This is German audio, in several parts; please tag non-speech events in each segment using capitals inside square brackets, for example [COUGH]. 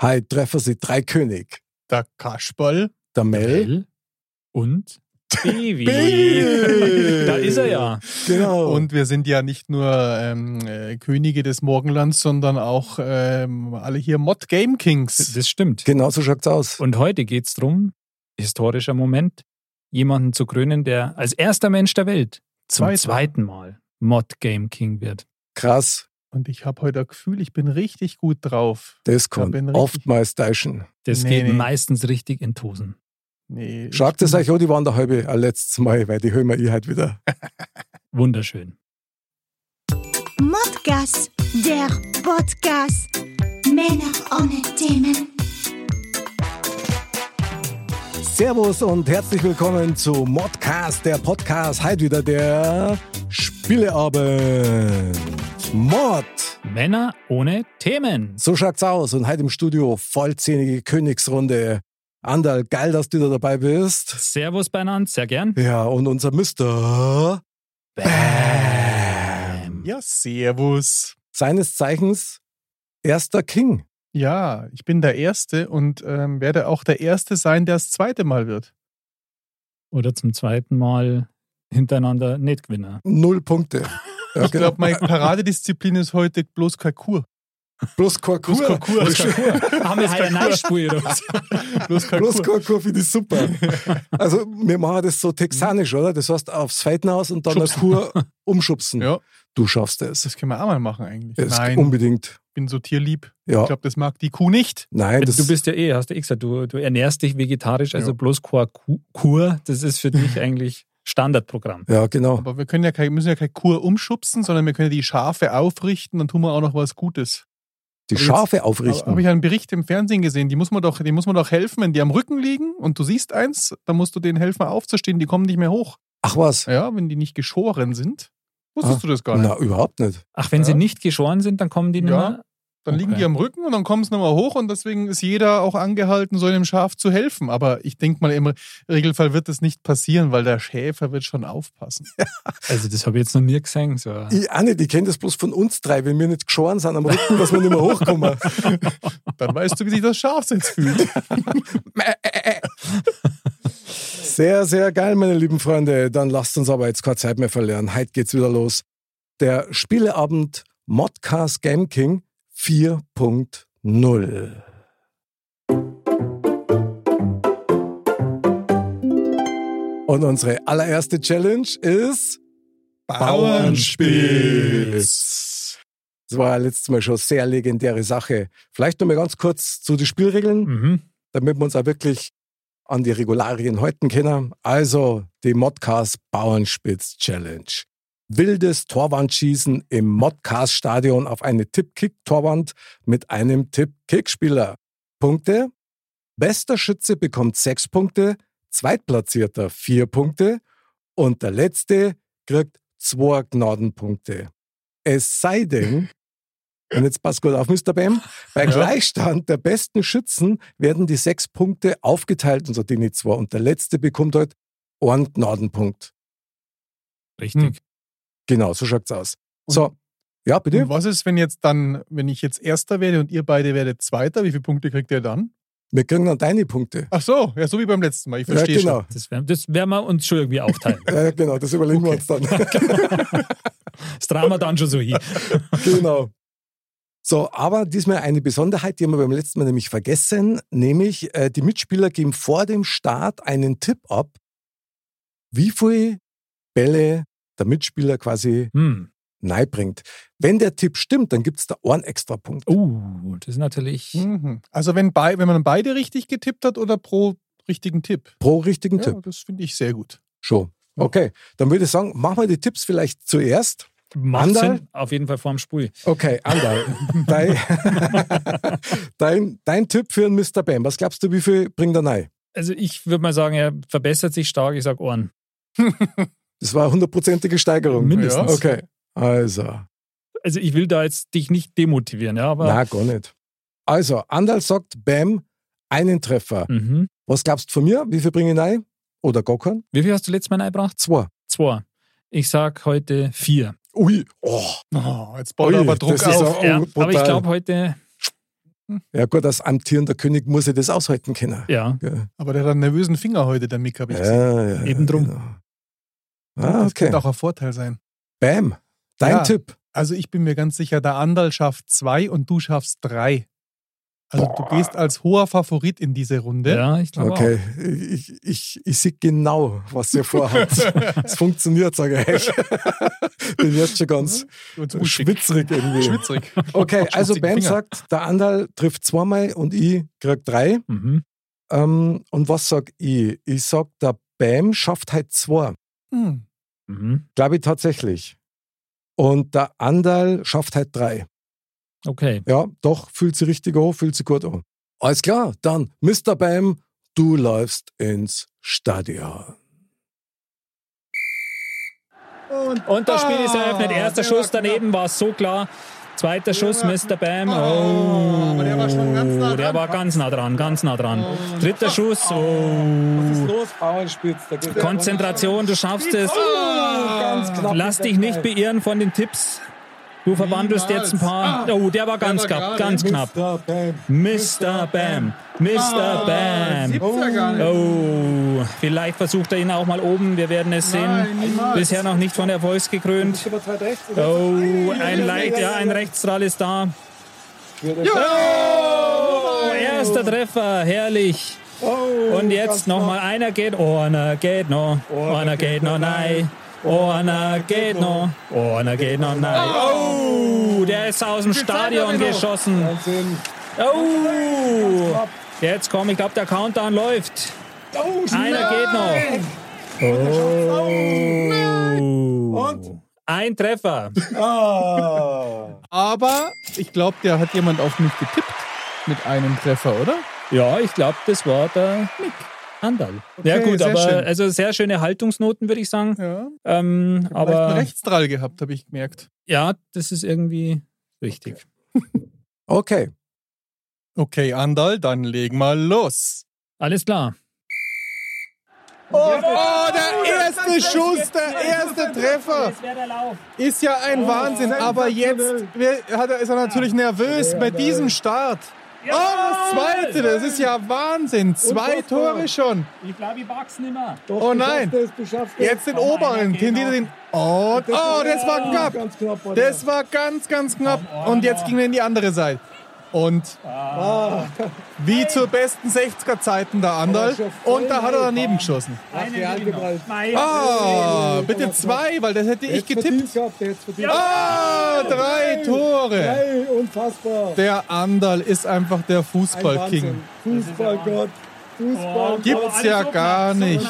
Hi, Treffer sie drei König. Der Kasperl. Der Mel. L. Und Baby. Baby. Da ist er ja. Genau. Und wir sind ja nicht nur ähm, äh, Könige des Morgenlands, sondern auch ähm, alle hier Mod Game Kings. Das stimmt. genau so schaut's aus. Und heute geht es darum, historischer Moment, jemanden zu krönen, der als erster Mensch der Welt zum Zweiter. zweiten Mal Mod Game King wird. Krass. Und ich habe heute ein Gefühl, ich bin richtig gut drauf. Das bin kann richtig- oftmals täuschen. Das Nee, geht nee. meistens richtig in Tosen. Nee, ich Schaut es bin- euch an, die waren der halbe ein letztes Mal, weil die hören wir eh halt [LAUGHS] wieder. Wunderschön. Modcast, der Podcast. Männer ohne Themen. Servus und herzlich willkommen zu Modcast, der Podcast. Heute wieder der Spieleabend. Mod. Männer ohne Themen. So schaut's aus. Und heute im Studio vollzähnige Königsrunde. Andal, geil, dass du da dabei bist. Servus beieinander, sehr gern. Ja, und unser Mister. Bam. Ja, servus. Seines Zeichens erster King. Ja, ich bin der Erste und ähm, werde auch der Erste sein, der das zweite Mal wird. Oder zum zweiten Mal hintereinander nicht gewinnen. Null [LAUGHS] Punkte. Ja, genau. Ich glaube, meine Paradedisziplin ist heute bloß Kalkur. Plus Korkur. Bloß Kalkur. Haben wir heute eine Neuspiel oder was? Bloß Plus Kalkur. Korkur finde ich [LAUGHS] super. Also, wir machen das so texanisch, oder? Das heißt, aufs Feiten aus und dann eine Schubsen. Kur [LAUGHS] umschubsen. Ja, Du schaffst es. das können wir auch mal machen eigentlich. Es- Nein, Unbedingt. ich bin so tierlieb. Ja. Ich glaube, das mag die Kuh nicht. Nein, das du bist ja eh, hast du eh gesagt, du, du ernährst dich vegetarisch, also Ja. bloß Kur, Kur, das ist [LAUGHS] für dich eigentlich Standardprogramm. Ja, genau. Aber wir können ja kein, müssen ja keine Kur umschubsen, sondern wir können ja die Schafe aufrichten, dann tun wir auch noch was Gutes. Die jetzt- Schafe Habe aufrichten. hab ich einen Bericht im Fernsehen gesehen, die muss man doch, die muss man doch helfen, wenn die am Rücken liegen und du siehst eins, dann musst du denen helfen aufzustehen, die kommen nicht mehr hoch. Ach was. Ja, wenn die nicht geschoren sind. Wusstest Ah, du das gar nicht? Na, überhaupt nicht. Ach, wenn Ja. sie nicht geschoren sind, dann kommen die nicht Ja. mehr. Dann liegen okay. die am Rücken und dann kommen sie nochmal hoch und deswegen ist jeder auch angehalten, so einem Schaf zu helfen. Aber ich denke mal, im Regelfall wird das nicht passieren, weil der Schäfer wird schon aufpassen. Also das habe ich jetzt noch nie gesehen. So. Ich auch nicht, ich kenne das bloß von uns drei, wenn wir nicht geschoren sind am Rücken, dass wir nicht mehr [LAUGHS] hochkommen. Dann weißt du, wie sich das Schaf jetzt [LAUGHS] fühlt. Sehr, sehr geil, meine lieben Freunde. Dann lasst uns aber jetzt keine Zeit mehr verlieren. Heute geht's wieder los. Der Spieleabend Modcast Game King 4.0. Und unsere allererste Challenge ist Bauernspitz. Das war ja letztes Mal schon sehr legendäre Sache. Vielleicht nochmal ganz kurz zu den Spielregeln Mhm. damit wir uns auch wirklich an die Regularien halten können. Also die Modcast Bauernspitz Challenge. Wildes Torwandschießen im Modcast-Stadion auf eine Tipp-Kick-Torwand mit einem Tipp-Kick-Spieler. Punkte. Bester Schütze bekommt sechs Punkte, Zweitplatzierter vier Punkte und der Letzte kriegt zwei Gnadenpunkte. Es sei denn, und jetzt passt gut auf, Mr. Bam, bei Ja. Gleichstand der besten Schützen werden die sechs Punkte aufgeteilt unter die zwei und der Letzte bekommt halt einen Gnadenpunkt. Richtig. Hm. Genau, so schaut's aus. so, ja, bitte. Und was ist, wenn jetzt dann, wenn ich jetzt Erster werde und ihr beide werdet Zweiter, wie viele Punkte kriegt ihr dann? Wir kriegen dann deine Punkte. Ach so, ja, so wie beim letzten Mal. Ich verstehe ja, genau. Das werden das werden wir uns schon irgendwie [LAUGHS] aufteilen. Ja, genau, das überlegen wir uns [LAUGHS] dann. Das tragen wir dann schon so hin. Genau. So, aber diesmal eine Besonderheit, die haben wir beim letzten Mal nämlich vergessen, nämlich äh, die Mitspieler geben vor dem Start einen Tipp ab, wie viele Bälle der Mitspieler quasi Hm. nahe bringt. Wenn der Tipp stimmt, dann gibt es da einen extra Punkt. Uh, das ist natürlich. genau. schon. Mhm. Also wenn, bei, wenn man beide richtig getippt hat oder pro richtigen Tipp? Pro richtigen Ja, Tipp. das finde ich sehr gut. Schon. Ja. Okay, dann würde ich sagen, machen wir die Tipps vielleicht zuerst. Macht Anderl? Sinn, auf jeden Fall vorm Spul. Okay, Andal, dein, [LAUGHS] dein, dein Tipp für einen Mr. Bam. Was glaubst du, wie viel bringt er rein? Also ich würde mal sagen, er verbessert sich stark. Ich sag Ohren. Das war eine hundertprozentige Steigerung. Mindestens. Okay, also. Also ich will da jetzt dich nicht demotivieren, ja, aber Na, gar nicht. Also, Andal sagt Bam, einen Treffer. Mhm. Was glaubst du von mir? Wie viel bringe ich rein? Oder gar keinen? wie viel hast du letztes Mal eingebracht? Zwei. Zwei. Ich sag heute vier. Ui, oh. Oh, jetzt baut er Ui, aber Druck das ist auf. Oh, ja, aber ich brutal. glaube heute, Ja gut, als amtierender König muss ich das aushalten können. ja, Ja, Aber der hat einen nervösen Finger heute, der Mick, habe ich gesehen. ja, ja, Eben drum. Genau. Ah, Das okay. könnte auch ein Vorteil sein. Bam. Dein Ja. Tipp. Also ich bin mir ganz sicher, der Andal schafft zwei und du schaffst drei. Also du gehst als hoher Favorit in diese Runde. ja, ich glaube Okay, ich, ich, ich sehe genau, was ihr [LAUGHS] vorhabt. es funktioniert, sage ich. Bin jetzt schon ganz Und so schwitzrig irgendwie. Schwitzrig. Okay, also Bam Finger. sagt, der Andal trifft zweimal und ich krieg drei. auch. [LAUGHS] Mhm. Ähm, und was sag ich? Ich sag, der Bam schafft halt zwei. Hm. Mhm. Glaube ich tatsächlich. Und der Andal schafft halt drei. Okay. Ja, doch, fühlt sich richtig an, fühlt sich gut an. Alles klar, dann, Mr. Bam, du läufst ins Stadion. Und, Und das Spiel ist Ah, genau. eröffnet. Erster der Schuss war knapp. daneben war so klar. Zweiter Schuss, Mr. Bam. Ah, Oh, aber der war schon ganz nah dran. Oh. Der war ganz nah dran, ganz nah dran. Dritter Schuss. Oh. los, Bauernspitz? Da geht Konzentration, du schaffst es. Oh. ganz knapp. Lass dich nicht beirren von den Tipps. Du verwandelst Niemals. jetzt ein paar. Ah, Oh, der war ganz war knapp, gerade. ganz knapp. Mr. Bam. Mr. Bam, Mr. Bam. Oh, vielleicht versucht er ihn auch mal oben. Wir werden es sehen. Bisher noch nicht von Erfolgs gekrönt. Oh, ein Leit, ja, ein Rechtsstrahl ist da. Oh, erster Treffer, herrlich. Und jetzt nochmal einer geht, oh, einer geht noch, oh, einer geht noch, nein. Oh, einer geht noch, oh, einer geht noch, nein. Oh, der ist aus dem Stadion geschossen. Oh, jetzt komm, ich glaube, der Countdown läuft. Oh, Einer geht noch. Oh. Und? Ein Treffer. Ah. Aber ich glaube, der hat jemand auf mich getippt mit einem Treffer, oder? Ja, ich glaube, das war der Mick Andal. ja Okay, gut, sehr aber schön. also sehr schöne Haltungsnoten, würde ich sagen. Ja. Ähm, Aber einen aber Rechtsdrall gehabt, habe ich gemerkt. ja, das ist irgendwie richtig. Okay, Okay, Andal, dann leg mal los. Alles klar. Oh, der erste Schuss, der erste Treffer. Ist ja Oh, ein Wahnsinn, aber jetzt wer- hat er, ist er natürlich nervös bei diesem Start. Oh, das zweite, das ist ja Wahnsinn. Zwei Tore schon. Ich glaube, ich wachs nimmer. Oh nein. Jetzt den oberen, den, den, den. Oh, oh, Oh, das war knapp. Das war ganz, ganz knapp. Und jetzt ging er in die andere Seite. Und Ah. wie zu besten 60er-Zeiten der Anderl. Und da hat er daneben geschossen. Ah, bitte zwei, weil das hätte ich getippt. Ah, drei Tore. unfassbar. Der Andal ist einfach der Fußballking. Fußballgott. Fußball. Gibt's ja gar Oh, nicht.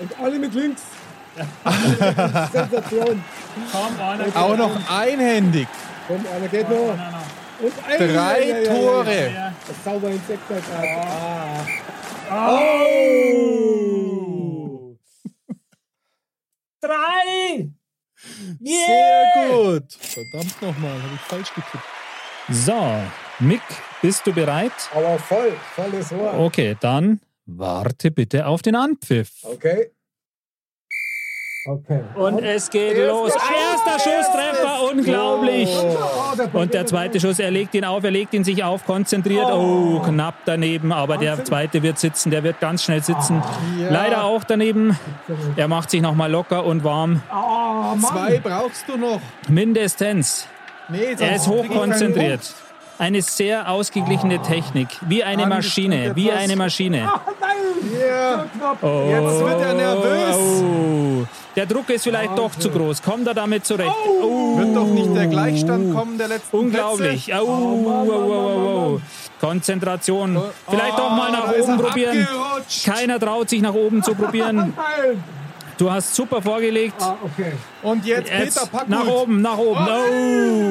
Und alle mit links. Sensation. Auch noch einhändig. Komm, einer geht noch. Und Oh, Drei Tore. Sauber Insekten. Ah. Ah. Oh. Drei! Sehr gut. Verdammt nochmal, habe ich falsch getippt. So, Mick, bist du bereit? Aber voll, volles Rohr. Okay, dann warte bitte auf den Anpfiff. Okay. Okay. Und es geht los. Erster Schusstreffer, unglaublich. Und der zweite Schuss, er legt ihn auf, er legt ihn sich auf, konzentriert. Oh, knapp daneben, aber der zweite wird sitzen, der wird ganz schnell sitzen. Leider auch daneben. Er macht sich nochmal locker und warm. Zwei brauchst du noch. Mindestens. Nee, Er sonst ist krieg ich keinen hochkonzentriert. Eine sehr ausgeglichene Technik. Wie eine Maschine, wie eine Maschine. Punkt. Ja. Oh. Ah, Jetzt wird er nervös. Oh. Der Druck ist vielleicht doch zu groß. Kommt er damit zurecht? Oh. Wird doch nicht der Gleichstand kommen der letzten Unglaublich. Plätze. Au, au, au, au, au. Konzentration. Vielleicht auch mal Ah, nach Oh, da ist oben er probieren. abgerutscht. Keiner traut sich nach oben zu probieren. Du hast super vorgelegt. Ah, Und jetzt, Peter Jetzt Packgut. nach oben, nach oben.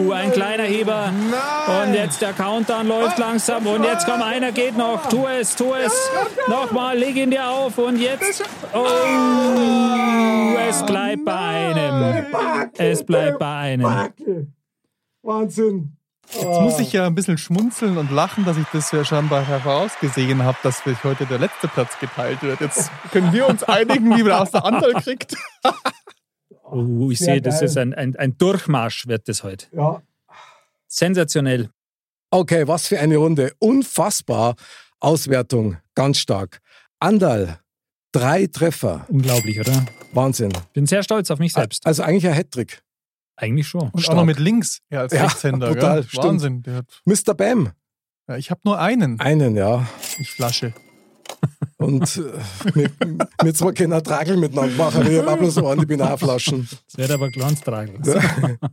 Oh, ein kleiner Heber. Nein. Und jetzt der Countdown Oh. läuft langsam. Und jetzt komm, einer geht noch. Tu es, tu es. Nochmal, leg ihn dir auf. Und jetzt. Oh, Ah. es bleibt bei einem. Es bleibt bei einem. Wahnsinn. Jetzt muss ich ja ein bisschen schmunzeln und lachen, dass ich das ja scheinbar herausgesehen habe, dass vielleicht heute der letzte Platz geteilt wird. Jetzt können wir uns einigen, wie wir aus der anderen [LAUGHS] kriegt. Oh, ich sehe, das geil. ist ein, ein, ein Durchmarsch, wird das heute. Ja. Sensationell. Okay, was für eine Runde. Unfassbar. Auswertung, ganz stark. Andal, drei Treffer. Unglaublich, oder? Wahnsinn. Bin sehr stolz auf mich selbst. Also eigentlich ein Hattrick. Eigentlich schon. Und auch noch mit links. Ja, als Ja, Rechtshänder. brutal, gell? stimmt. Wahnsinn. Der hat, Mr. Bam, ja, ich habe nur einen. einen, ja. Ich Flasche. Und äh, mit, mit zwar keinen Tragel miteinander machen, ich habe bloß ordentlich Binarflaschen. Das wird aber ganz tragisch.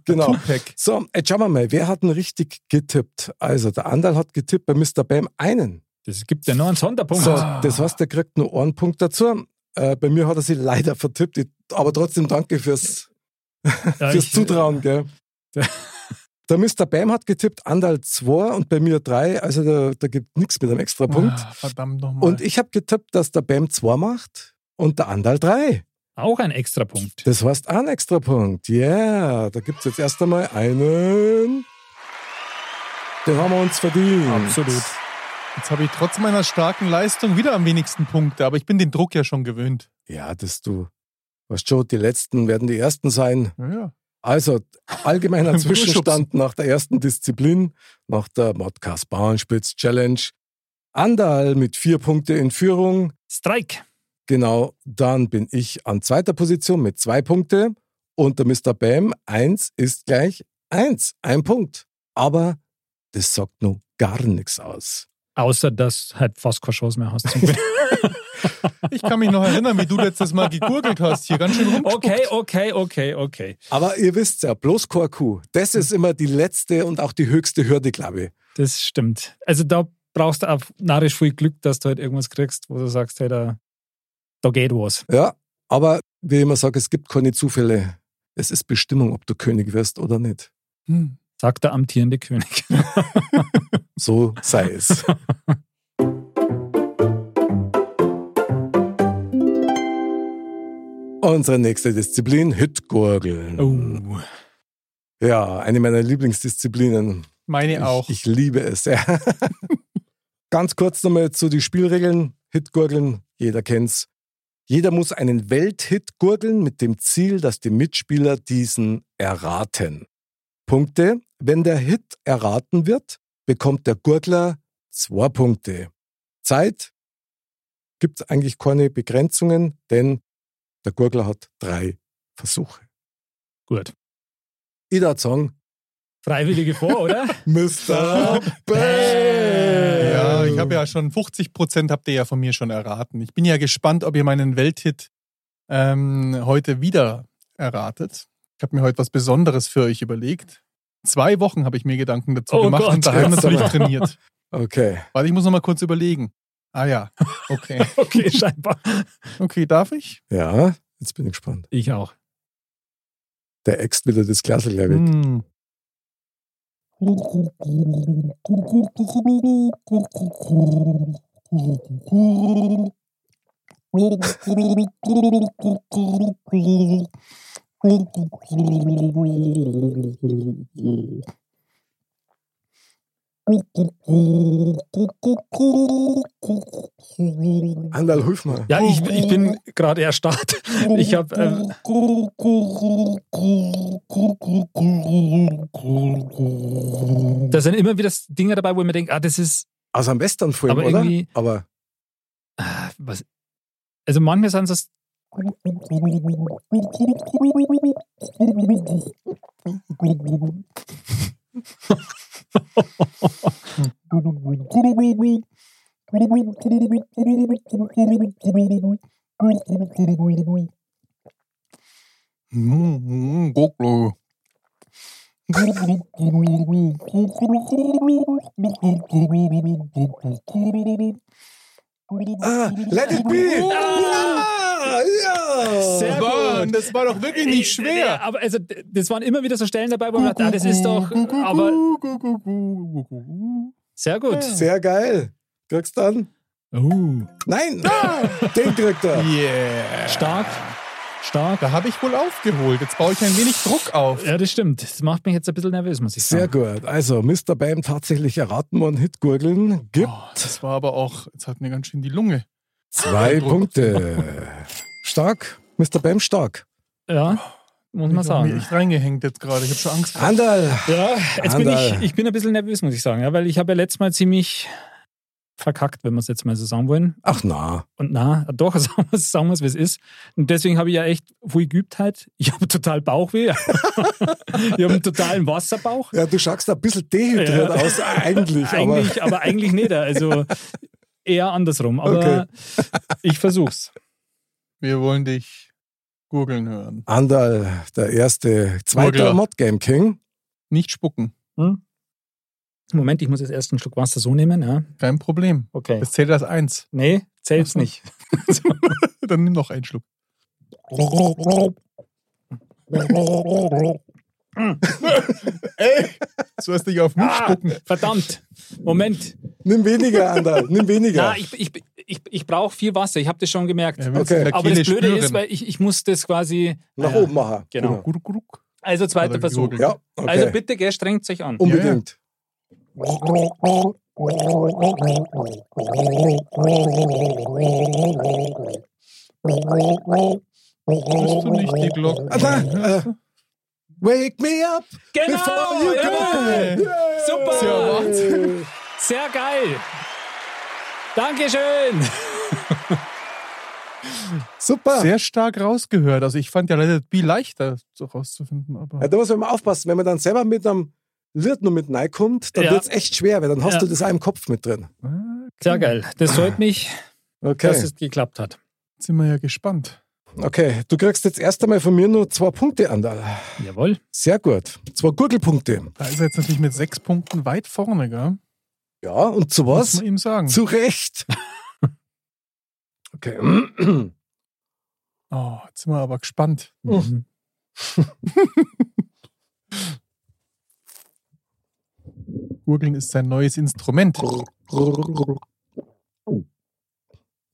Genau. So, jetzt schauen wir mal, wer hat denn richtig getippt? Also, der Andal hat getippt bei Mr. Bam einen. Das gibt ja noch einen Sonderpunkt. So, das heißt, der kriegt nur einen Punkt dazu. Äh, bei mir hat er sie leider vertippt, ich, aber trotzdem danke fürs, Ja, fürs Äh, ich- Zutrauen, [LAUGHS] gell? Der Mr. Bam hat getippt, Andal 2 und bei mir 3, also da, da gibt nichts mit einem Extrapunkt. Ah, verdammt nochmal. Und ich habe getippt, dass der Bam 2 macht und der Andal 3. Auch ein Extrapunkt. Das heißt auch ein Extrapunkt. Yeah, da gibt es jetzt erst einmal einen. Den haben wir uns verdient. Absolut. Jetzt habe ich trotz meiner starken Leistung wieder am wenigsten Punkte, aber ich bin den Druck ja schon gewöhnt. Ja, das du. Weißt schon, die Letzten werden die Ersten sein. Ja, ja. Also, allgemeiner Im Zwischenstand nach der ersten Disziplin, nach der Modcast Bauernspitz Challenge. Andal mit vier Punkte in Führung. Strike. Genau, dann bin ich an zweiter Position mit zwei Punkte und der Mr. Bam, eins ist gleich eins, ein Punkt. Aber das sagt nur gar nichts aus. Außer, dass du halt fast keine Chance mehr hast. zum Gewinnen. Ich kann mich noch erinnern, wie du letztes Mal gegurgelt hast, hier ganz schön rum. okay, okay, okay, okay. Aber ihr wisst ja, bloß Korku, das ist immer die letzte und auch die höchste Hürde, glaube ich. Das stimmt. Also da brauchst du auch narisch viel Glück, dass du halt irgendwas kriegst, wo du sagst, hey, da, da geht was. Ja, aber wie ich immer sage, es gibt keine Zufälle. Es ist Bestimmung, ob du König wirst oder nicht. Hm. Sagt der amtierende König. [LAUGHS] So sei es. [LAUGHS] Unsere nächste Disziplin, Hütgurgeln. Oh. Ja, eine meiner Lieblingsdisziplinen. Meine auch. Ich, ich liebe es. Ja. [LAUGHS] Ganz kurz nochmal zu den Spielregeln. Hitgurgeln, jeder kennt's. Jeder muss einen Welthit gurgeln mit dem Ziel, dass die Mitspieler diesen erraten. Punkte. Wenn der Hit erraten wird, bekommt der Gurgler zwei Punkte. Zeit gibt es eigentlich keine Begrenzungen, denn der Gurgler hat drei Versuche. Gut. Ida Song, Freiwillige vor, [LAUGHS] oder? [LAUGHS] Mr. Bam. Äh. ja, ich habe ja schon 50 Prozent habt ihr ja von mir schon erraten. Ich bin ja gespannt, ob ihr meinen Welthit ähm, heute wieder erratet. Ich habe mir heute was Besonderes für euch überlegt. Zwei Wochen habe ich mir Gedanken dazu Oh gemacht Gott. und daheim Ja, natürlich aber- trainiert. Okay. Warte, ich muss noch mal kurz überlegen. Ah ja, okay. okay, scheinbar. Okay, darf ich? [LAUGHS] Ja, jetzt bin ich gespannt. Ich auch. Der äxt wieder das Glas gleich Mhm. weg. Hm. Andal, hilf mal. Ja, ich, ich bin gerade erstarrt. Ich habe. Ähm, da sind immer wieder Dinge dabei, wo ich mir denke, ah, das ist. Aus einem Westernfilm, Aber oder? irgendwie- Aber ah, Was, also manchmal sind es Ah. Goglo. ah, let it be! Ja, ja. Sehr gut. Das war doch wirklich nicht Ja, schwer. aber also, d- das waren immer wieder so Stellen dabei, wo man dachte, ah, das ist doch. Aber sehr gut. Sehr geil. Kriegst dann? Uh, Nein. [LAUGHS] Den kriegt er. Yeah. stark. Stark. Da habe ich wohl aufgeholt. Jetzt baue ich ein wenig Druck auf. Ja, das stimmt. Das macht mich jetzt ein bisschen nervös, muss ich Sehr sagen. gut. Also, Mr. Bam tatsächlich erraten worden, Hitgurgeln gibt Oh, Das war aber auch, jetzt hat mir ganz schön die Lunge. zwei Eindruck. Punkte. Stark. Mr. Bam stark. Ja, Ich muss man habe mir sagen. echt reingehängt jetzt gerade. Ich habe schon Angst. Anderl. Ja, jetzt bin ich, Anderl. ich bin ein bisschen nervös, muss ich sagen, ja, weil ich habe ja letztes Mal ziemlich verkackt, wenn wir es jetzt mal so sagen wollen. Ach na. Und na, doch, [LAUGHS] sagen wir es, sagen wir's, wie es ist. Und deswegen habe ich ja echt viel Geübtheit. Ich habe total Bauchweh. [LAUGHS] ich habe einen totalen Wasserbauch. Ja, du schaust ein bisschen dehydriert Ja. aus, eigentlich. Eigentlich, aber, eigentlich nicht. Also eher andersrum. Aber ich versuch's. Wir wollen dich gurgeln hören. Aber Anderl, der erste, Gurgler. zweite Mod Game King. Nicht spucken. Hm? Moment, ich muss jetzt erst einen Schluck Wasser so nehmen. Ja? Kein Problem. Okay. Das zählt als eins. Nee, zählt's nicht. Dann nimm noch einen [LAUGHS] Schluck. Ey, so hast dich auf mich Ah, spucken. verdammt. Moment. Nimm weniger, Anderl. Nimm weniger. Na, ich, ich, ich, ich brauche viel Wasser. Ich habe das schon gemerkt. Er will's Okay. in der Aber Kehle das Blöde spüren. ist, weil ich, ich muss das quasi. Nach Naja. oben machen. Genau. Gurk, gurk. Also Hat zweiter er Versuch. gegurgelt. Ja, okay. Also bitte, gell, strengt euch an. Unbedingt. Hörst du nicht die Glocke? Ah, äh, wake me up Genau! before you jawohl. go. Super! [LAUGHS] Sehr geil! Dankeschön! Super. Sehr stark rausgehört. Also ich fand ja leider B leichter so rauszufinden, Ja, aber Also- da muss man immer aufpassen, wenn man dann selber mit einem Lied nur mit reinkommt, dann Ja. wird's echt schwer, weil dann hast Ja. du das auch im Kopf mit drin. Sehr geil. Das freut mich, dass Okay. es geklappt hat. jetzt sind wir ja gespannt. Okay, du kriegst jetzt erst einmal von mir nur zwei Punkte an. Jawohl. Sehr gut. Zwei Gurgelpunkte. Da ist er jetzt natürlich mit sechs Punkten weit vorne, gell? Ja, und zu Muss was? man ihm sagen. Zu [LAUGHS] Recht. Okay. [CLEARS THROAT] Oh, jetzt sind wir aber gespannt. Oh. Mhm. [LAUGHS] Gurgeln ist sein neues Instrument.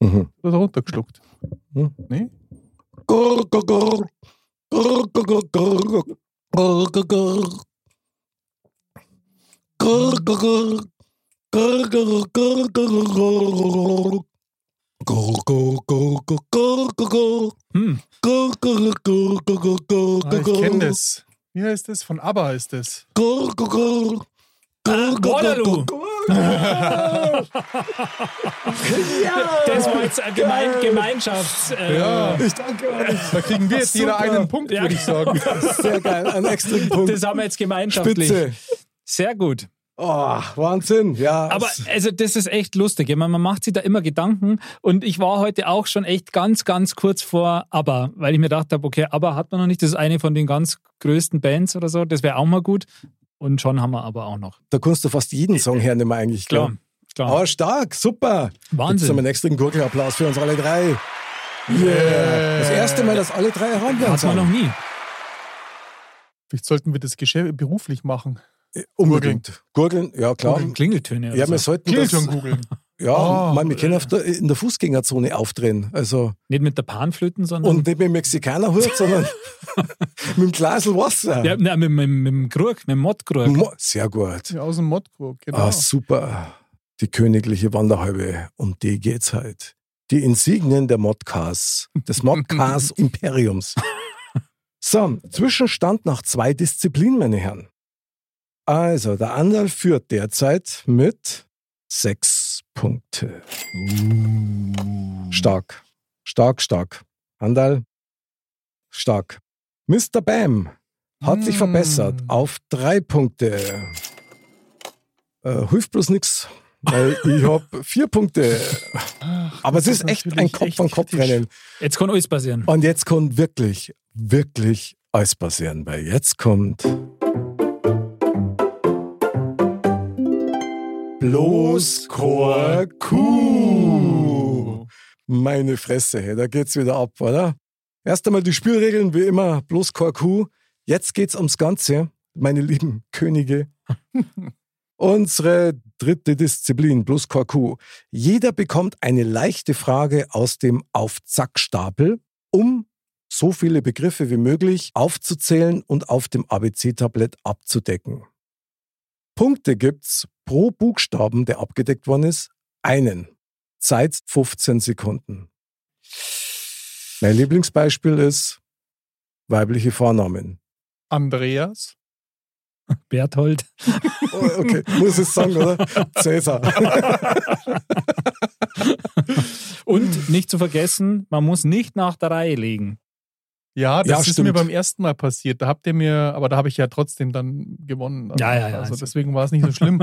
Mhm. Das runtergeschluckt. Ah, Hm. Nee? Gurr, gurr, gurr. Gurr, gurr, gurr, gurr. Gurr, gurr, gurr. Gurr, gurr, gurr. Gurr, gurr, gurr, gurr, gurr. Gurr, gurr, gurr, gurr, gurr, gurr. Hm. Gurr, gurr, gurr, gurr, gurr, Ah, ich gurr. kenne das. Wie heißt das? Von ABBA ist das. Gurr, gurr, gurr. Gurr, gurr, Waterloo. gurr, [LAUGHS] gurr. Ja. Das war jetzt eine Gemein Gemeinschafts. Äh, Ich danke euch. Ah. Da kriegen wir jetzt Super. jeder einen Punkt, Ja. würde [LAUGHS] ich sagen. Sehr geil, einen [LAUGHS] extra Punkt. Das haben wir jetzt gemeinschaftlich. Spitze. Sehr gut. Oh, Wahnsinn, ja. Aber also das ist echt lustig. Ich meine, man macht sich da immer Gedanken. Und ich war heute auch schon echt ganz, ganz kurz vor ABBA, weil ich mir gedacht habe, okay, ABBA hat man noch nicht. Das ist eine von den ganz größten Bands oder so. Das wäre auch mal gut. Und schon haben wir aber auch noch. Da kannst du fast jeden Song hernehmen eigentlich. Klar, gell? klar. Aber stark, super. Wahnsinn. Jetzt haben wir nächsten Gurkelapplaus für uns alle drei. Yeah. Das erste Mal, dass alle drei hat man noch heranbleiben. nie. Vielleicht sollten wir das Geschäft beruflich machen. Unbedingt. Gurgeln, ja klar. Klingeltöne. Ja, Oder wir so. sollten Klingelt das, schon googeln. ja, Ah. Oh. man, wir können auf der, in der Fußgängerzone aufdrehen. Also, Nicht mit der Panflöten, sondern und nicht mit dem Mexikanerhut, sondern [LAUGHS] mit dem Glasel Wasser. ja, nein, mit, mit, mit dem Krug, mit dem Mottkrug. Mo- Sehr gut. Aus dem Modkrug, genau. Ah, super. Die königliche Wanderhalbe, um die geht's halt. Die Insignien der Modcars, des Modcars Imperiums. So, Zwischenstand nach zwei Disziplinen, meine Herren. Also, der Anderl führt derzeit mit sechs Punkte. Stark, stark, stark. Anderl, stark. Mr. Bam hat sich Mm. verbessert auf drei Punkte. Äh, hilft bloß nichts, [LAUGHS] weil ich habe vier Punkte. Aber es das ist ist echt ein natürlich Kopf echt an Kopf kritisch. rennen. Jetzt kann alles passieren. Und jetzt kommt wirklich, wirklich alles passieren, weil jetzt kommt. Bloß Chor Q. Meine Fresse, hey, da geht's wieder ab, oder? Erst einmal die Spielregeln, wie immer, bloß Korku. Jetzt geht's ums Ganze, meine lieben Könige. Unsere dritte Disziplin, bloß Korku. Jeder bekommt eine leichte Frage aus dem Aufzackstapel, um so viele Begriffe wie möglich aufzuzählen und auf dem ABC-Tablett abzudecken. Punkte gibt's pro Buchstaben, der abgedeckt worden ist, einen. Zeit 15 Sekunden. Mein Lieblingsbeispiel ist weibliche Vornamen. Andreas. Berthold. [LAUGHS] Oh, okay, muss es sagen, oder? Cäsar. Und nicht zu vergessen, man muss nicht nach der Reihe legen. Ja, das Ja, ist stimmt. mir beim ersten Mal passiert. Da habt ihr mir, aber da habe ich ja trotzdem dann gewonnen. Ja, ja, ja. Also deswegen war es nicht so [LAUGHS] schlimm.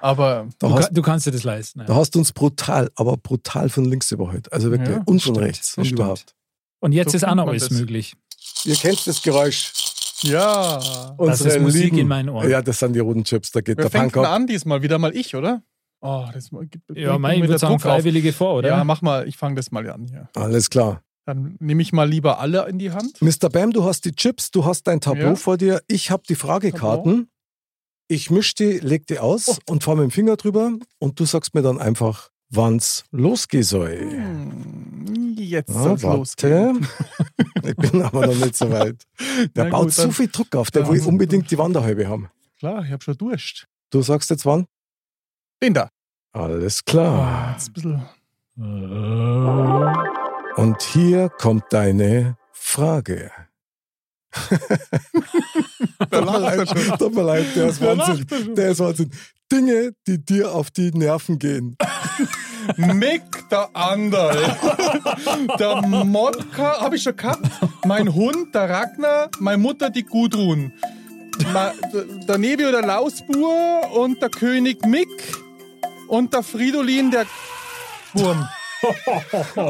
aber Da Du, hast, ka- du kannst dir das leisten. [LAUGHS] da Ja. hast du uns brutal, aber brutal von links überholt. Also wirklich, Ja, und von stimmt, rechts und stimmt. überhaupt. Und jetzt so ist kennt auch noch man alles das. möglich. Ihr kennt das Geräusch. ja. Das ist Musik in meinen Ohren. Ja, das sind die roten Chips, da geht Wer der fängt Punk denn ab. an diesmal? Wieder mal ich, oder? Oh, das gibt Ja, mein, ich würde sagen, Freiwillige vor, Oder? oder? Ja, mach mal, ich fange das mal an hier. Alles klar. Dann nehme ich mal lieber alle in die Hand. Mr. Bam, du hast die Chips, du hast dein Tableau Ja. vor dir, ich habe die Fragekarten. Ich mische die, leg die aus Oh. und fahre mit dem Finger drüber und du sagst mir dann einfach, wann's losgehen soll. Hm, Jetzt Ah, soll's losgehen. [LAUGHS] ich bin aber noch nicht so weit. Der [LAUGHS] Na baut gut, so dann- viel Druck auf, der Ja, will also- unbedingt die Wanderhalbe haben. Klar, ich habe schon Durst. Du sagst jetzt wann? Den da. Alles Ah, klar. jetzt ein bisschen. Und hier kommt deine Frage. [LAUGHS] [LAUGHS] Da Tut mir lacht er leid, schon. tut mir leid, der ist Der Wahnsinn. lacht er schon. Der ist Wahnsinn. Dinge, die dir auf die Nerven gehen. Mick der [LAUGHS] Anderl. der Modka habe ich schon gehabt. Mein Hund, der Ragnar. Meine Mutter, die Gudrun. Ma, d- der Nebio, der Lausbur. Und der König Mick. Und der Fridolin, der Wurm. Oh.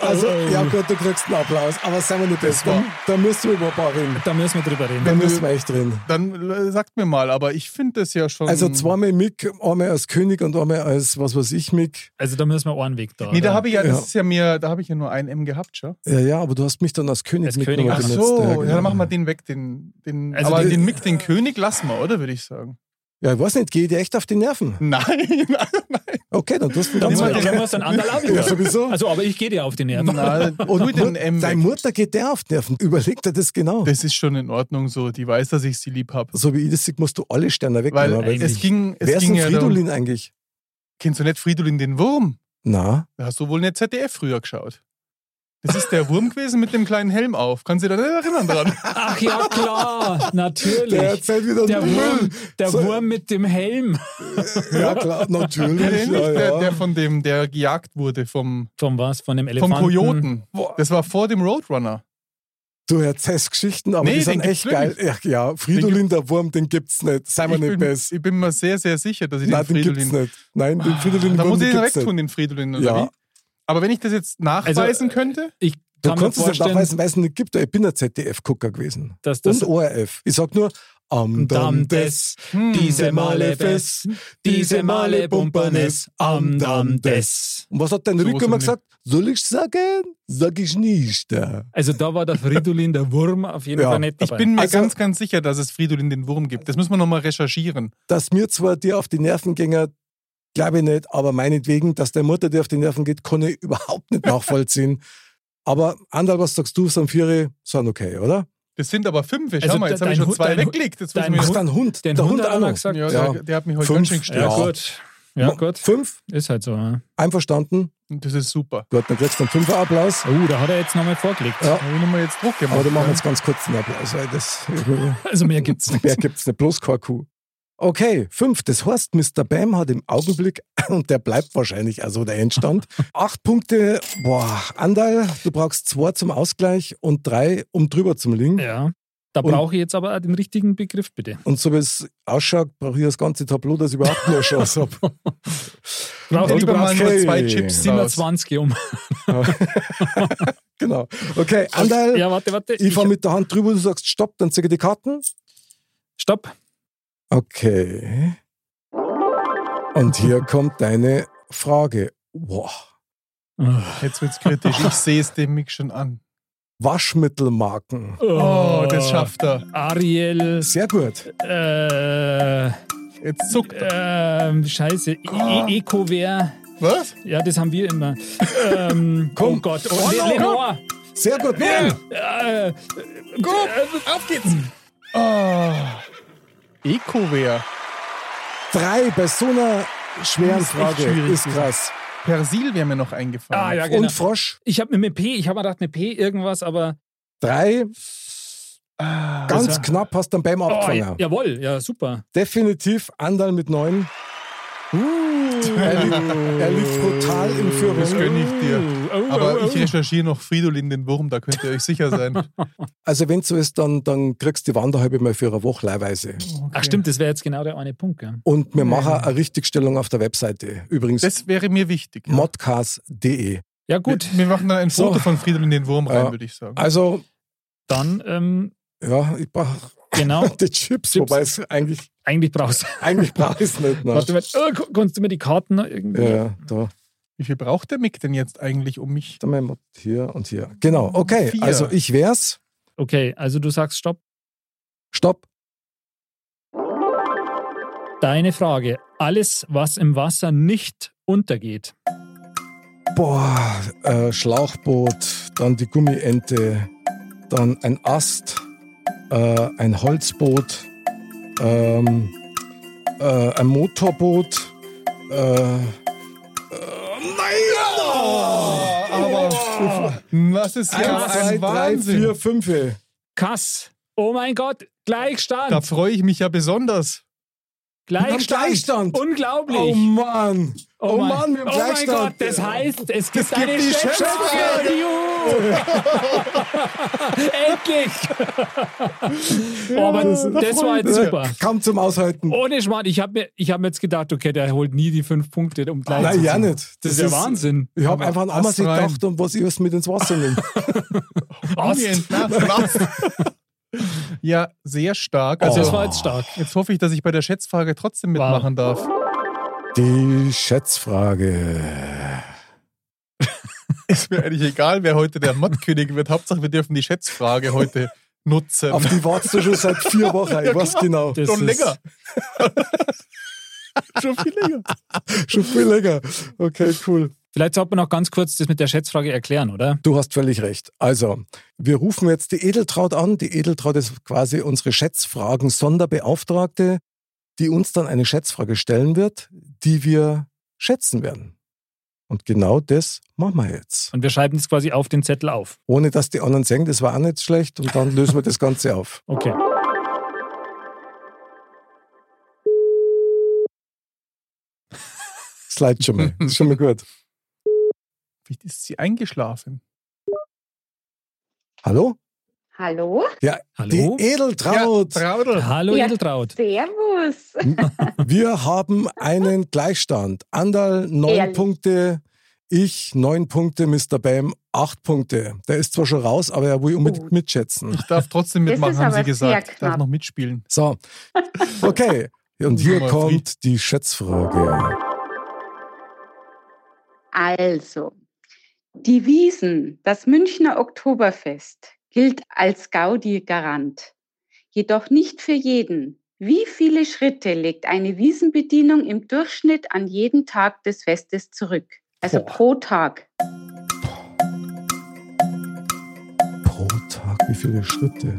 Also, ja gut, du kriegst einen Applaus, aber seien wir nicht das. Da, da müssen wir über ein paar reden. Da müssen wir drüber Da reden. müssen wir echt reden. Dann äh, sagt mir mal, aber ich finde das ja schon. Also zweimal Mick, einmal als König und einmal als was weiß ich Mick. Also da müssen wir Ohrenweg da. Nee, da oder? habe ich ja, das Ja. ist ja mir, da habe ich ja nur ein M gehabt schon. Ja, ja, aber du hast mich dann als König Als Mick König. nochmal Ach benutzt. so, ja, ja, genau. dann machen wir den weg, den, den Also aber das- den Mick, den König lassen wir, oder würde ich sagen. ja, ich weiß nicht, geh dir echt auf die Nerven. Nein, [LAUGHS] nein, Okay, dann tust du ihn Dann ganz muss- weg. dann muss ein anderer auch wieder. Ja, sowieso. Also, aber ich gehe dir auf die Nerven. nein. Und tu den M deine weg. Mutter geht der auf die Nerven. Überleg dir das genau. [LAUGHS] Das ist schon in Ordnung so. Die weiß, dass ich sie lieb habe. so wie ich das sehe, musst du alle Sterne Weil wegnehmen. es eigentlich. ging, es Wer ist ging denn ja darum, Fridolin eigentlich? Kennst du nicht Fridolin den Wurm? Na, Da hast du wohl nicht ZDF früher geschaut. Das ist [LAUGHS] der Wurm gewesen mit dem kleinen Helm auf. Kannst du dich da nicht erinnern dran? [LAUGHS] Ach ja, klar, natürlich. der erzählt wieder Der nur Wurm, Müll. der So- Wurm mit dem Helm Ja klar, natürlich. [LAUGHS] Der, nicht, [LAUGHS] ja, der, ja. der von dem, der gejagt wurde vom, vom was? Von dem vom Elefanten? Kojoten. Das war vor dem Roadrunner. Du erzählst Geschichten, aber Nee, die sind den echt gibt's geil. wirklich. Ach ja, Fridolin, der Wurm, den gibt's nicht. Seien wir Ich nicht bin, besser. ich bin mir sehr, sehr sicher, dass ich Nein, den den gibt's Fridolin. Ah, nicht. Nein, den Fridolin Da Wurm, muss ich den ihn gibt's wegtun, nicht. den Fridolin, oder Ja. wie? Aber wenn ich das jetzt nachweisen äh, könnte, Ich Du kann mir kannst es ja vorstellen, nachweisen, weil es ihn nicht gibt. Ich bin ein ZDF-Gucker gewesen. Dass das- Und ORF. Ich sag nur, am Damm Damm des, des, diese diese Male Male fest, fest, Hm. diese diese Male Male bumpern Bumpernes, es am Damm am des. Damm des. Und was hat dein So Rücken immer sind wir. gesagt? Soll ich sagen? Sag ich nicht. also da war der Fridolin, der Wurm, auf jeden Ja. Fall nicht dabei. Ich bin mir Also- ganz, ganz sicher, dass es Fridolin den Wurm gibt. Das müssen wir nochmal recherchieren. Dass mir zwar dir auf die Nerven gänger, glaube ich nicht, aber meinetwegen, dass der Mutter dir auf die Nerven geht, kann ich überhaupt [LAUGHS] nicht nachvollziehen. aber Andal, was sagst du, sind Viere, sind okay, oder? Das sind aber fünf. Schau Also mal, jetzt de- habe ich dein schon Hund- zwei dein weggelegt. Jetzt muss ich dein mir- Ach, Hund- dein Hund, den der Hund Hund, hat auch er noch. gesagt. ja, Ja. Der, der hat mich heute Fünf. ganz schön gestört. ja, Ja. gut. Ja, gut. Fünf, Ist halt so. ja. einverstanden. Das ist super. Gut, dann kriegst du einen Fünfer-Applaus. Oh, da hat er jetzt nochmal vorgelegt. Ja. Da habe ich nochmal jetzt Druck gemacht. Aber da machen wir ja. jetzt ganz kurz einen Applaus, weil das [LAUGHS] [LAUGHS] Also mehr gibt's mehr nicht. gibt's nicht, bloß kein Kuh. Okay, fünf. Das heißt, Mr. Bam hat im Augenblick, [LAUGHS] und der bleibt wahrscheinlich also der [LAUGHS] Endstand, acht Punkte, boah, Andal, du brauchst zwei zum Ausgleich und drei, um drüber zu liegen. Ja. Da Und- brauche ich jetzt aber auch den richtigen Begriff, bitte. Und so wie es ausschaut, brauche ich das ganze Tableau, dass ich überhaupt [LAUGHS] nur eine Chance habe. Brauch, Denk du lieber mal brauchst nur okay. zwei Chips raus. 27 um. [LAUGHS] [LAUGHS] Genau. Okay, Andal, Ja, warte, warte. ich fahre mit der Hand drüber, du sagst Stopp, dann zeige ich die Karten. Stopp. Okay. Und hier kommt deine Frage. Wow. Jetzt wird's kritisch. Ich sehe es dem Mick schon an. Waschmittelmarken. Oh, das schafft er. Ariel, Sehr gut. äh, Jetzt zuckt er. ähm, Scheiße, e e Ecovert. Was? Ja, das haben wir [LAUGHS] immer. ähm, oh Gott, oh, Le Lenore. Sehr gut. Nein. Äh, Gut, auf geht's. Oh. Ecoware. Drei bei so einer schweren Das ist echt Frage. schwierig Ist krass. Persil wäre mir noch eingefallen. ah, ja, genau. Und Frosch. ich habe mir mit P, ich habe mir gedacht, mit P irgendwas, aber. Drei. Ganz also- knapp hast du dann beim Oh, abgefangen. ja, jawohl, ja, super. Definitiv Andal mit neun. Uh, Er, liegt, er liegt brutal in Das Führung. gönne ich dir. Oh, oh, Aber oh. ich recherchiere noch Fridolin den Wurm, da könnt ihr euch sicher sein. Also wenn so ist, dann, dann kriegst du die Wanderhalbe mal für eine Woche leihweise. Ach stimmt, das wäre jetzt genau der eine Punkt. Gell? Und wir machen eine Richtigstellung auf der Webseite. Übrigens Das wäre mir wichtig. ja. modcast.de. Ja gut, Wir, wir machen dann ein So. Foto von Fridolin den Wurm rein, Ja. würde ich sagen. Also, dann ähm, ja, ich brauche [LAUGHS] genau. die Chips, Chips. wobei es eigentlich, Eigentlich brauchst du. eigentlich brauche ich es nicht. Ne? Warte mal, äh, gu- kannst du mir die Karten noch irgendwie? Ja, da, Wie viel braucht der Mick denn jetzt eigentlich, um mich? da mein Mod hier und hier. Genau, okay. Vier. Also ich wär's. Okay, also du sagst Stopp. Stopp. Deine Frage. Alles, was im Wasser nicht untergeht. Boah, äh, Schlauchboot, dann die Gummiente, dann ein Ast, äh, ein Holzboot, ähm, äh, ein Motorboot. Äh, äh, nein! Aber was ist ja Oh. Eins, zwei, ein drei, vier, Wahnsinn. fünf. Kass. Oh mein Gott, Gleichstand. Da freue ich mich ja besonders. Gleichstand. Wir haben Gleichstand. Unglaublich. Oh Mann! Oh, mein- Mann, wir haben oh mein Gott, Gleichstand. das heißt, es gibt eine die Schätzfrage. Juhu. [LAUGHS] Endlich. oh, aber das, war jetzt super. Kaum zum Aushalten. Ohne Schmarrn, ich habe mir, ich hab mir jetzt gedacht, okay, der holt nie die fünf Punkte, um gleich Nein, zu ja sein. nicht. Das, ist ja Wahnsinn. Ich habe einfach an Ammersee rein. gedacht und was ich es mit ins Wasser [LAUGHS] nehme. Ast. [LAUGHS] Was? Ja, sehr Oh. stark. Also Das war jetzt stark. jetzt hoffe ich, dass ich bei der Schätzfrage trotzdem mitmachen darf. Die Schätzfrage. Ist mir eigentlich egal, wer heute der Mottkönig wird. Hauptsache, wir dürfen die Schätzfrage heute nutzen. Auf die wartest du schon seit vier [LAUGHS] Wochen. Ich weiß genau. Das Schon ist- länger. Schon viel länger. Schon viel länger. Okay, cool. Vielleicht sollte man noch ganz kurz das mit der Schätzfrage erklären, oder? Du hast völlig recht. Also, wir rufen jetzt die Edeltraut an. Die Edeltraut ist quasi unsere Schätzfragen-Sonderbeauftragte, die uns dann eine Schätzfrage stellen wird, die wir schätzen werden. Und genau das machen wir jetzt. Und wir schreiben das quasi auf den Zettel auf. Ohne dass die anderen sagen, das war auch nicht schlecht. Und dann lösen wir das Ganze auf. Okay. Slide schon mal. Ist schon mal gut. Vielleicht ist sie eingeschlafen. Hallo? Hallo? Ja, Hallo? die Edeltraut. Traudel. Hallo Ja. Edeltraut. Servus. Wir haben einen Gleichstand. Andal neun Ehrlich? Punkte, ich neun Punkte, Mr. Bam acht Punkte. Der ist zwar schon raus, aber er will unbedingt Gut. mitschätzen. Ich darf trotzdem Das mitmachen, ist haben sie aber sehr gesagt. Ich darf knapp. noch mitspielen. So, okay. Und hier Mal kommt die Schätzfrage. Also, die Wiesen, das Münchner Oktoberfest, gilt als Gaudi-Garant. Jedoch nicht für jeden. Wie viele Schritte legt eine Wiesenbedienung im Durchschnitt an jeden Tag des Festes zurück? Also Boah. pro Tag. Pro Tag, wie viele Schritte?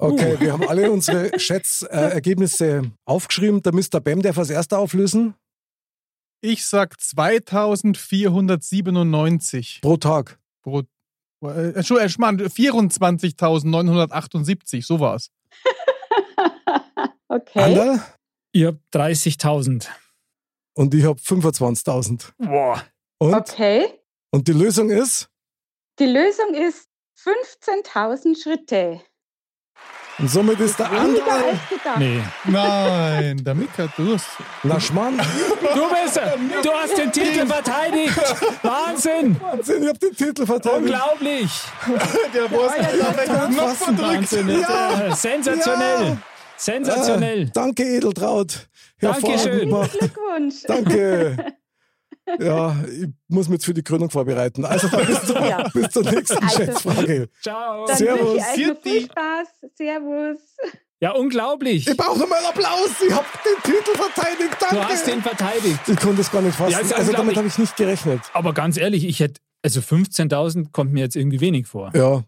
Okay, wir haben alle unsere Schätzergebnisse äh, Ergebnisse aufgeschrieben. Der Mr. Bem darf als erster auflösen. Ich sag 2497 Pro Tag. pro. Äh, Entschuldigung, Schmarrn, 24.978, so war's. okay. Anderl? Ihr habt 30.000. Und ich habe 25.000. Boah. Und, Okay. und die Lösung ist? Die Lösung ist 15.000 Schritte. Und somit ist der Weniger andere als gedacht. Nee. Nein, der Mick hat Durst. Naschmann. Du bist Du hast den Titel verteidigt. [LAUGHS] Wahnsinn. Wahnsinn, ich hab den Titel verteidigt. Unglaublich. Der Wurst hat noch verdrückt. Wahnsinn. ist Ja. er. Sensationell. Sensationell. Äh, danke, Edeltraut. Hervorragend Dankeschön. gemacht. Glückwunsch. Danke. Ja, ich muss mich jetzt für die Krönung vorbereiten. Also dann bis, zur- Ja. bis zur nächsten Also- Chatfrage. Ciao. Dann wünsche Servus. ich euch noch also viel Sirti. Spaß. Servus. Ja, unglaublich. Ich Du brauche nochmal einen Applaus. Ich habe den Titel verteidigt. Danke. hast den verteidigt. ich konnte es gar nicht fassen. Ja, ist ja also damit unglaublich. habe ich nicht gerechnet. Aber ganz ehrlich, ich hätte. Also 15.000 kommt mir jetzt irgendwie wenig vor. Ja,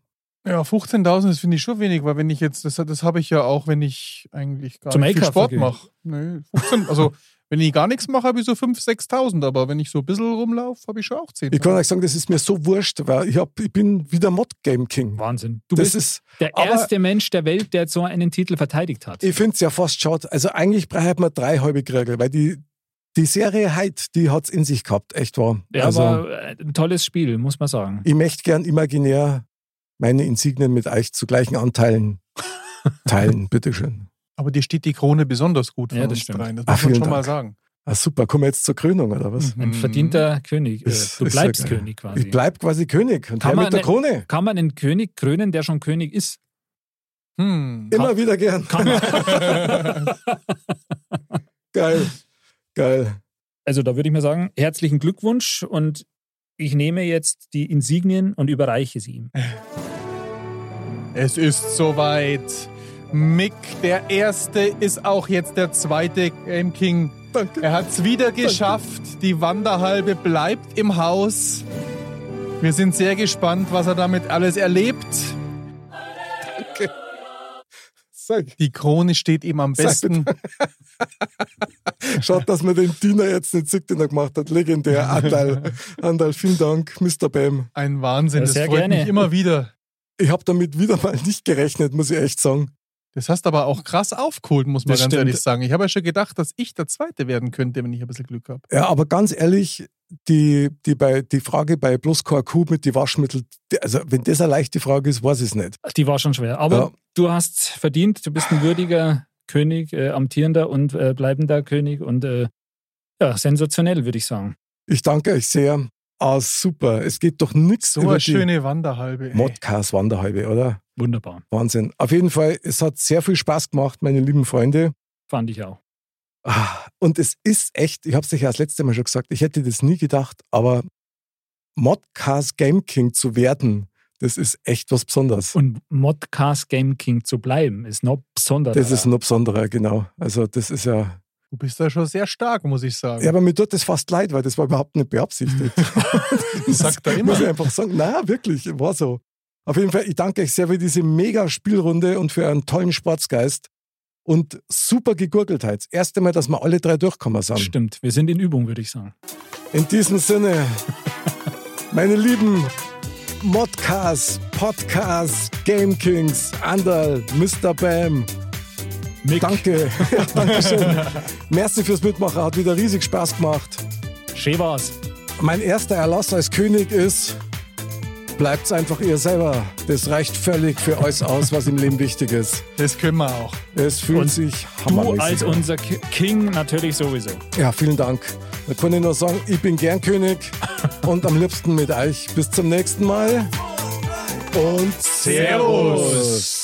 Ja, 15.000, das finde ich schon wenig, weil wenn ich jetzt, das, das habe ich ja auch, wenn ich eigentlich gar Zum nicht viel LK Sport vergehen. mache. Nee, 15, also wenn ich gar nichts mache, habe ich so 5.000, 6.000, aber wenn ich so ein bisschen rumlaufe, habe ich schon auch 10.000. ich kann euch sagen, das ist mir so wurscht, weil ich, hab, ich bin wieder Mod-Game King. Wahnsinn. Du das bist ist, der aber- erste Mensch der Welt, der so einen Titel verteidigt hat. ich finde es ja fast schaut. Also eigentlich braucht man drei halbe Kriegel, weil die, die Serie Heid, die hat es in sich gehabt, echt wahr. Ja, also, war ein tolles Spiel, muss man sagen. ich möchte gern imaginär meine Insignien mit euch zu gleichen Anteilen teilen, [LAUGHS] bitteschön. Aber dir steht die Krone besonders gut von Ja, das uns stimmt. dreien, das Ah, muss man vielen schon mal Dank. sagen. Mhm. Ah, super, kommen wir jetzt zur Krönung, oder was? Ein verdienter König. Äh, Mhm. Ist- Du ist ja bleibst geil. König Mhm. quasi. Ich bleib quasi König und Kann her man mit der ne- Krone. Kann man einen König krönen, der schon König ist? Hm. Immer wieder gern. Kann man. [LAUGHS] Geil. Geil. Also da würde ich mal sagen, herzlichen Glückwunsch und ich nehme jetzt die Insignien und überreiche sie ihm. Es ist soweit. Mick, der Erste, ist auch jetzt der zweite Game King. Danke. Er hat's wieder geschafft. Die Wanderhalbe bleibt im Haus. Wir sind sehr gespannt, was er damit alles erlebt. Sag, Die Krone steht ihm am besten. schaut, dass man den Diener jetzt nicht sieht, den er gemacht hat. Legendär. [LAUGHS] Andal. Andal, vielen Dank, Mr. Bam. Ein Wahnsinn, Ja, das sehr freut gerne. mich immer wieder. Ich habe damit wieder mal nicht gerechnet, muss ich echt sagen. Das hast aber auch krass aufgeholt, muss man Das ganz stimmt. ehrlich sagen. Ich habe ja schon gedacht, dass ich der Zweite werden könnte, wenn ich ein bisschen Glück habe. Ja, aber ganz ehrlich, die, die, bei, die Frage bei bloß kein Kuh mit die Waschmittel, die- also wenn das eine leichte Frage ist, weiß ich es nicht. Die war schon schwer, aber Ja. du hast verdient, du bist ein würdiger König, äh, amtierender und äh, bleibender König und äh, ja, sensationell würde ich sagen. Ich danke euch sehr. Ah, super. Es geht doch nichts So über eine die schöne Wanderhalbe. ey. Modcast Wanderhalbe, oder? Wunderbar, Wahnsinn. Auf jeden Fall, es hat sehr viel Spaß gemacht, meine lieben Freunde. fand ich auch. Ah, Und es ist echt, ich habe es euch ja das letzte Mal schon gesagt, ich hätte das nie gedacht, aber Modcast Game King zu werden, das ist echt was Besonderes. Und Modcast Game King zu bleiben, ist noch besonderer. Das ist noch besonderer, genau. Also das ist ja Du bist da schon sehr stark, muss ich sagen. Ja, aber mir tut das fast leid, weil das war überhaupt nicht [LAUGHS] beabsichtigt. Das sagt er immer. Muss ich einfach sagen. Na, wirklich, war so. Auf jeden Fall, ich danke euch sehr für diese mega Spielrunde und für euren tollen Sportsgeist und super gegurgeltheit. Das erste Mal, dass wir alle drei durchkommen sind. Stimmt, wir sind in Übung, würde ich sagen. In diesem [LAUGHS] Sinne, meine lieben Modcasts, Podcasts, Game Kings, Anderl, Mr. Bam, Mick, danke. [LAUGHS] Ja, Dankeschön. [LAUGHS] Merci fürs Mitmachen, hat wieder riesig Spaß gemacht. schön war's. Mein erster Erlass als König ist, bleibt's einfach ihr selber. Das reicht völlig für euch aus, was im Leben wichtig ist. Das können wir auch. Es fühlt Und sich Du hammermäßig als an. unser Ki- King natürlich sowieso. Ja, vielen Dank. Da kann ich nur sagen, ich bin gern König [LAUGHS] und am Oh. liebsten mit euch. Bis zum nächsten Mal und Servus.